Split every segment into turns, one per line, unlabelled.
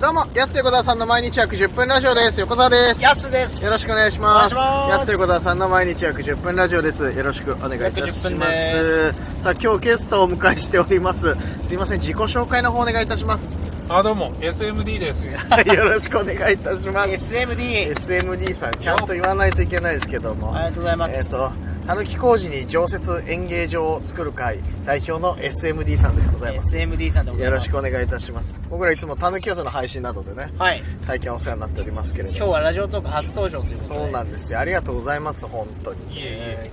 どうも、安手小沢さんの毎日約10分ラジオです。横澤です。よ
やすです
ろしくお願いします。
お願いします
安手小沢さんの毎日約10分ラジオです。よろしくお願いいたします。
約10分で
さあ、今日ゲストをお迎えしております。すいません、自己紹介の方お願いいたします。
あどうも SMD です
はいよろしくお願いいたします。
SMD
SMD さん、ちゃんと言わないといけないですけども。
ありがとうございま
えっ、
す、
と、たぬき工事に常設演芸場を作る会代表の SMD さんでございます。
SMD さんでござ
よ
い
ろ
ます
しくお願いいたします。僕らいつもたぬき寄せの配信などでね、
はい
最近はお世話になっておりますけれど
今日
も。
はラジオトーク初登場ということで
そうなんですよ。ありがとうございます、本当に。
いえいえ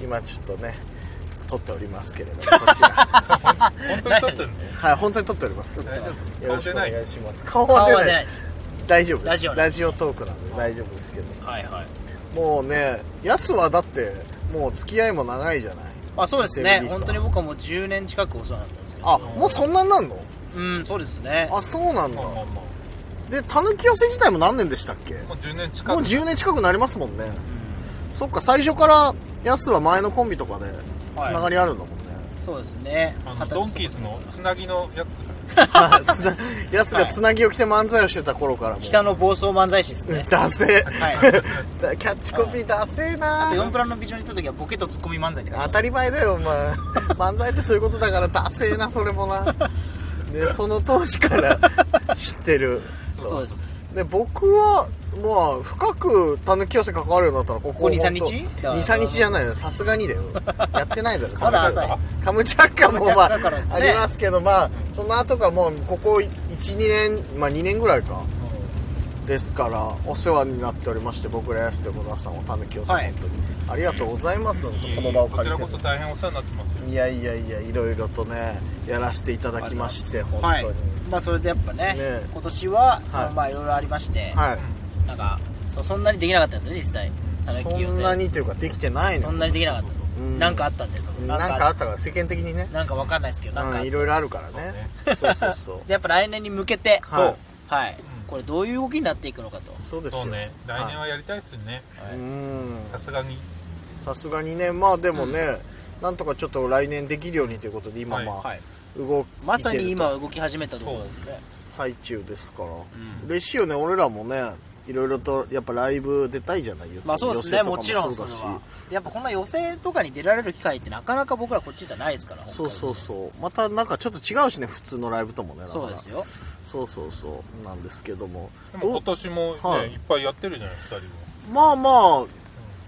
今ちょっとね、撮っておりますけれども、 こちら。
本当に撮ってんの
はい、本当に撮っております。よ
大丈夫です
ろしくお願いします。顔
顔
は
は
出な
ね
い。大丈夫で
ラ
す
ジオ。
ラジオトークなんで大丈夫ですけど。
はいはい
もうね、ヤスはだって、もう付き合いも長いじゃない。
あそうですね
SMD さん
本当に僕はもう10年近くお世話になってますけど
あ、もうそんなんなんの
うんそうですね
あ、そうなんだ
まあ。まあま
で、たぬき寄せ自体も何年でしたっけ
あもう10年近
もう
く
10年近くなりますもんね。そっか、最初から、ヤスは前のコンビとかで、つながりあるんだもんね。
そうですね
あ
二
の
十
ドン
歳
キーズのつなぎのやつ
はいつなヤスがつなぎを着て漫才をしてた頃からも。
北の暴走漫才師ですね
ダセ
はい
え。 キャッチコピーダセえな
あと4プランのビジョンに行った時はボケとツッコミ漫才って書いてあ
当
る
たり前だよ、お 前。漫才ってそういうことだから、ダセえな、それもな。で、その当時から知ってる。
そうです
で僕はまあ深くたぬき寄せ関わるようになったらここ
ここ23日
23日じゃないよさすが にだよやってないだろ
まだ浅い
カムチャッカも
カムチャ
ま
ッ
あ、
カからです
あ
ね
りますけどまあその後がもうここ12年まあ2年ぐらいかですからお世話になっておりまして僕らやすてござさんをたぬき寄せ、
はい
本当にありがとうございます、本当こ
こ
の場を借り
こち
て
らこそ大変お世話になってますよ
いやいやいやいろいろとねやらせていただきまして本当に、
はいまあそれでやっぱね
え
今年はそ
は
の
い
まあいろいろありまして
はい
なんかそうそんなにできなかったんですよね実際
そんなにというかできてないの
そんなにできなかった
うん
なんかあったんでその
なんかあったから世間的にね
なんかわかんないですけどなんか
うん
あった
いろいろあるからねそうそうそう
でやっぱ来年に向けて
はい
そうはい
うん
これどういう動きになっていくのかと
そうですよ
そうね来年
は
はやりたいっすよね
いうん
さすがに
さすがにねまあでもねなんとかちょっと来年できるようにということで今ま
は
あ
い
動いて
まさに
る
今動き始めたところですね
最中ですから
ん
嬉しいよね俺らもねいろいろとやっぱライブ出たいじゃないよ
まあそうですねもちろんそ
だ
れ
し
はやっぱこんな予選とかに出られる機会ってなかなか僕らこっちじゃないですから
そうそううそうまたなんかちょっと違うしね普通のライブともねだから
そうですよ
そうそうそうなんですけども
でも今年もね、
はい
い、っぱいやってるじゃない2人も
まあまあ、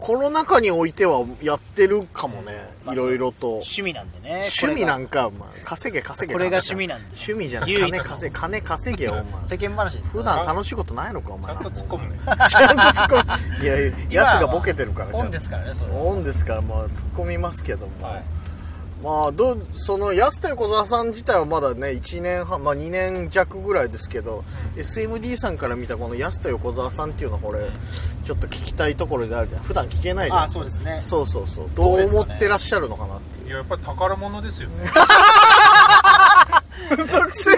コロナ禍においてはやってるかもね、
まあ
いろいろと。
趣味なんでね
趣味なんんか、まあ、稼げ稼げ。
これが
金
趣味なんだ
趣味じゃない。
唯一
金稼げ、金稼げよ、お 前。
世間話です
普段楽しいことないのか、お
ち
前。
ゃんと突っ込むね
ちゃんと突っ込む。いやいや、
今
安
は
がボケてるから、。
オンですすからねそれは
オンですから、まあ、突っ込みますけども。
はい
まあ、どう、その、安と横澤さん自体はまだね、1年半、まあ2年弱ぐらいですけど、SMD さんから見たこの安と横澤さんっていうのはこれ、ちょっと聞きたいところであるじゃん。普段聞けないじゃん。
あそうですね
そうそうそう。ど
どう
う
ですか
思
ね
ってらっしゃるのかなってい
いややっぱり宝物ですよね
う。嘘くせ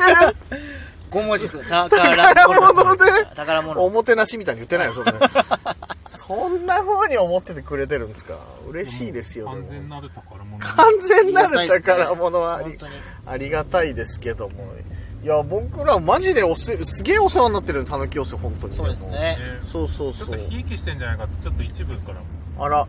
5文字数
宝
宝
物で
宝物
おもてなしみたいに言ってないよ、そん な。そんな風に思っててくれてるんですか嬉しいですよ、で
完
も
全なる宝物
完全なる宝物はあ
あり
り
がたいですね
ありがたいですけども。いや、僕らマジでおす、すげえお世話になってるたぬき寄せ、本当に。
そうです。ね
ね
そうそう
ちょっ
そ
と
う。
ひいきしてんじゃないかってちょっと一部からも
あら、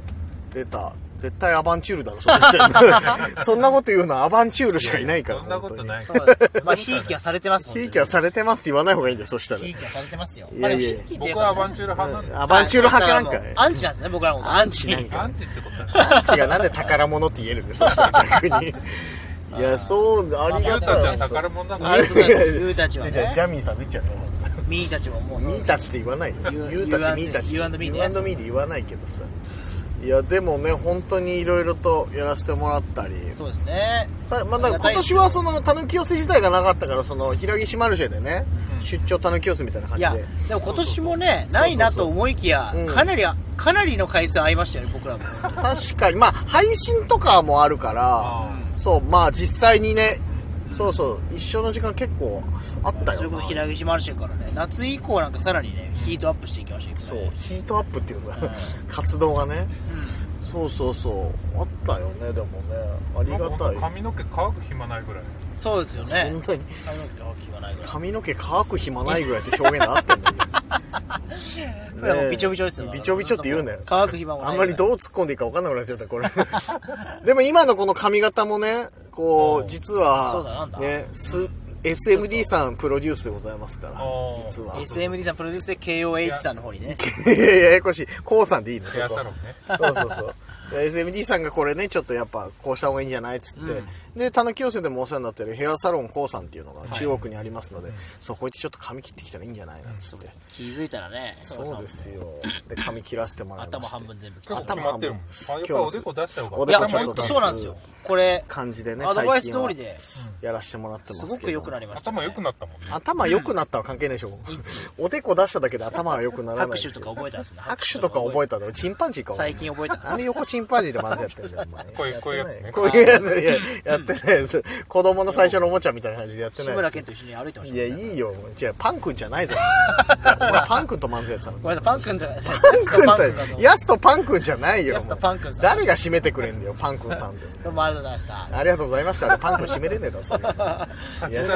出た。絶対アバンチュールだろ、それってそんなこと言うの はアバンチュールしかいないから。
そんなことない
そうですまあひいきはされてますもん
ひいきはされてますって言わない方がいいんだよ、そしたら
ひ。いきはされてますよ
いやいや
まあでもひいきっていう
僕
か
はアバンチュール派なんで、
アバンチュール派かなんか
はい
ね。
アンチなんですね僕らのことアンチ
なん
ア
か
ンチってことだ
アンチがなんで宝物って言えるんだよ、そしたら逆 に。いや、そう、あり
ゆ
が
う
た
た
い。
ちゃん宝物だか
あ
ら
りがとうございますゆうたちは ね
でじゃあジャミーさん出ちゃうの
ミーたちももう
ミーたちって言わないよ。
You-
ユーたち、ミーたち。
You and me ね
You and me で言わないけどさ。いや、でもね、本当にいろいろとやらせてもらったり。
そうですね
さまあ、
あ
だ
り
か
が
ら今
たいで
年
すよ
はその、たぬき寄せ自体がなかったから、その、平岸マルシェでね、出張たぬき寄せみたいな感
い
じ
や
で。
でも今年もねないなと思いきや
そうそうそううん
かなりかなりの回数合いましたよね僕らも
確かに、まあ、配信とかもあるから、
あ
そう、まあ、実際にね、そうそう、一緒の時間結構あった
それ
よ
こ
な
そ。平岸マルシェからね夏以降なんかさらにねヒートアップしていきましたけど
そう
ね
ヒートアップっていうのが、
うん
活動がね、そうそうそうあったよねでもねあり
なんか
が
ほん
た
と
い
髪の毛乾く暇ないぐらい
そうですよ
そ
ね
んなに
髪の毛は気がないぐらい
髪の毛乾く暇ないぐらいって表現があったんだけど
いやもうびちょびちょですよ
びちょびちょって言うなよ
乾く暇もな
あ
い
ん
ぐ
ま
らい
りどう突っ込んでいいか分かんなくなっちゃった、 これ。でも今のこの髪型もね、こ
おう
う、実
そうだな
は
んだ、
ね、す SMD さんプロデュースでございますから
お、う
実は。
SMD さんプロデュースで KOH さんの方にね
いやいやややこしい。こうさんでいいのそ
ヘア
こ
サロンね
そうそう そう。で SMD さんがこれね、ちょっとやっぱこうした方がいいんじゃないっつって、で、たぬき寄せでもお世話になってるヘアサロンこうさんっていうのが中国にありますので、そこ行ってちょっと髪切ってきたらいいんじゃないなっつって。
気づいたらね
そうですよ。で、髪切らせてもらいまして
頭半分全部
結構
頭
決まってるもんあやっぱおでこ出した方が
お
い
でこ
や
ちょっと
本当
出す
そうなんですよこれ
感じでね、
アドバイス
最近
通
は
りで
やらしてもらってますすけど
ごく良くなりましたね
頭良くなったもんね
頭良くなったは関係ないでしょ、 おでこ出しただけで頭は良くならない
拍手とか覚えたんですね
拍手とか覚えたのチンパンジーかお前
最近覚えた
なんで横チンパンジーで漫才やってんだよお前
こういうこういうやつね
こういうやついややってないです子供の最初のおもちゃみたいな感じでやって
志
ない
村けんと一緒に歩いてまし
い
た
や
もんね
いいよ違うパン君じゃない ぞ俺パン君と漫才やってたの
ごめんなさいパン君とパン
パン
君
君
と
とヤスとパン君じゃないよ
ヤスとパン君さん
誰が締めてくれんだよパン君さんって
どうもありがとうございました
ありがとうございましたでパン君締めれねえだろそれ
足し算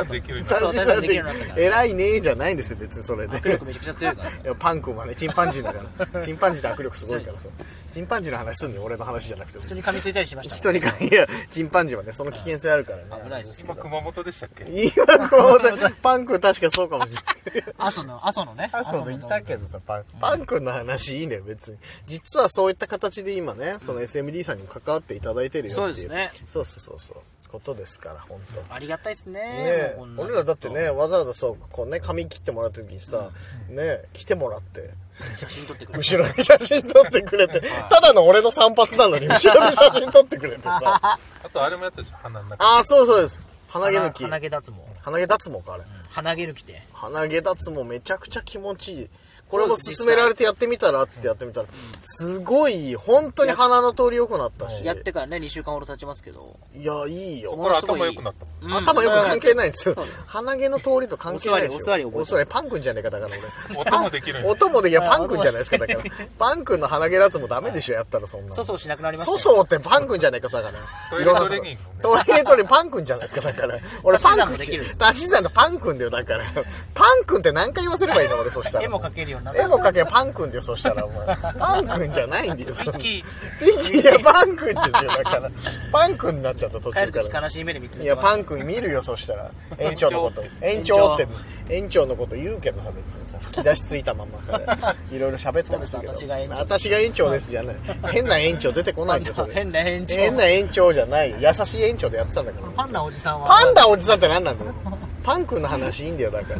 できるようになっ
そう私たちできるようになったから
偉いねえじゃないんですよ別にそれで
握力めちゃくちゃ強いから
いやパン君はねチンパンジーだからチンパンジーって握力すごいからそうチンパンジーの話すんのよ俺の話じゃなくても
人に噛みついたりしましたも
人にかいやチンパンジーはねその危険性あるからね
ん危ないです
今熊本でしたっけ
今こうでパン君確かそうかもしれない
阿蘇の阿蘇のね
あそうい
の
たけどさパンパン君の話いいね別に実はそういった形で今ねその SMD さんにも関わっていただいてるよってい
そううですね
そうそうそうそうことですから本当
ありがたいですね
ね
もうこんな
俺らだってねわざわざそうこうね髪切ってもらった時にさ、ね来てもらって
写真撮ってくれる
後ろで写真撮ってくれ てただの俺の散髪なのに後ろで写真撮ってくれてさ あ
あとあれもやったでしょ鼻の中
あそうそうです鼻毛抜き
鼻毛脱毛
鼻毛脱毛かあれ、
鼻毛抜きて
鼻毛脱毛めちゃくちゃ気持ちいいこれも勧められてやってみたらっつってやってみたら、すごいいい本当に鼻の通り良くなったし
やってからね2週間ほど経ちますけど
いやいいよ
これ頭良くなったも
う
ん
ん
頭よく関係ないんですよ
そうね。
鼻毛の通りと関係ないですよ。
お座りお座り覚えて
お座りパン君じゃねえか、だから俺。
音もできるよね
音もできる。いや、パン君じゃないですか、 だから。パン君の鼻毛脱もダメでしょ、やったらそんなの。
粗相しなくなりました
そ
ね
そうってパン君じゃねえか、だから。
トイレ
いろんな
トレーニングね
トイレトレパン君じゃないですか、だ から。俺、
足し
パ
算
ン
も
君
できるんです。
足し算のパン君だよ、だから。パン君って何回言わせればいいの俺、そしたら。
絵も描けるようになった
絵も描けるパン君だよ、そしたら、お 前。パン君じゃないんだよ、そんな。
ピッ
いや、パン君ですよ、だから。パン君になっちゃった、途中か
帰
ら。
るとき悲しい目で見つめ
い
て
や
ました
パン君見るよそ したら園長のこと園長って園長のこと言うけどさ別にさ吹き出しついたままさ いろいろ喋ってますけど
そうです私が園長
私が園長ですじゃない変な園長出てこないんでそれ
変な園長
変な園長じゃない優しい園長でやってたんだけど
パンダおじさんは
パンダおじさんって何なんだよパン君の話いいんだよだから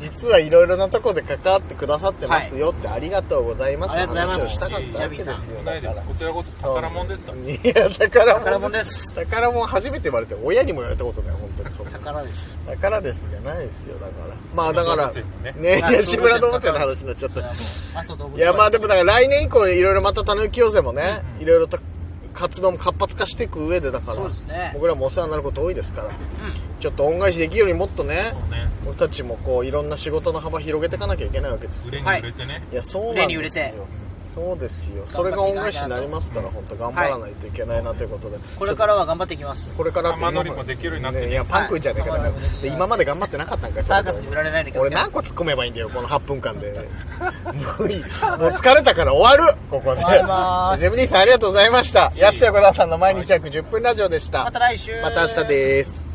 実はいろいろなとこで関わってくださってますよってありがとうございます
ありがとうございます
話をしたかったわけですよ
ない
だか
です
ら
こちらこそ宝物ですか
いや宝
宝
物
物
で
です
宝物初めて言われて親にも言われたことない本当 にそんな
宝です
宝ですじゃないですよだからまあだから
動物園のね
ね
まあ
吉村動物園の話になっちゃっ
それ
た
はもう阿蘇動物
い
園
やまあでもだから来年以降いろいろまたたぬき寄せもねいろいろと活動も活発化していく上でだから
そうですね
僕らもお世話になること多いですからちょっと恩返しできるようにもっとね
そうね
俺たちもこういろんな仕事の幅広げていかなきゃいけないわけです
売
よ
れに売れてね
いやそうな
売れ
ん
に売
で
れ
す
て
よそうですよそれが恩返しになりますから本当頑張らないといけないなということで
これからは頑張っていきます
これから
玉乗りもできるようになってね
ねいやパン君じゃねえかだからで今まで頑張ってなかったんかいそ
サ
れ
ーカスに振られないでくださ
俺
い
何個突っ込めばいいんだよこの8分間でもういいもう疲れたから終わるここで
終わりまーす
ゼムディさんありがとうございました安田横澤さんの毎日約10分ラジオでした
また来週
また明日です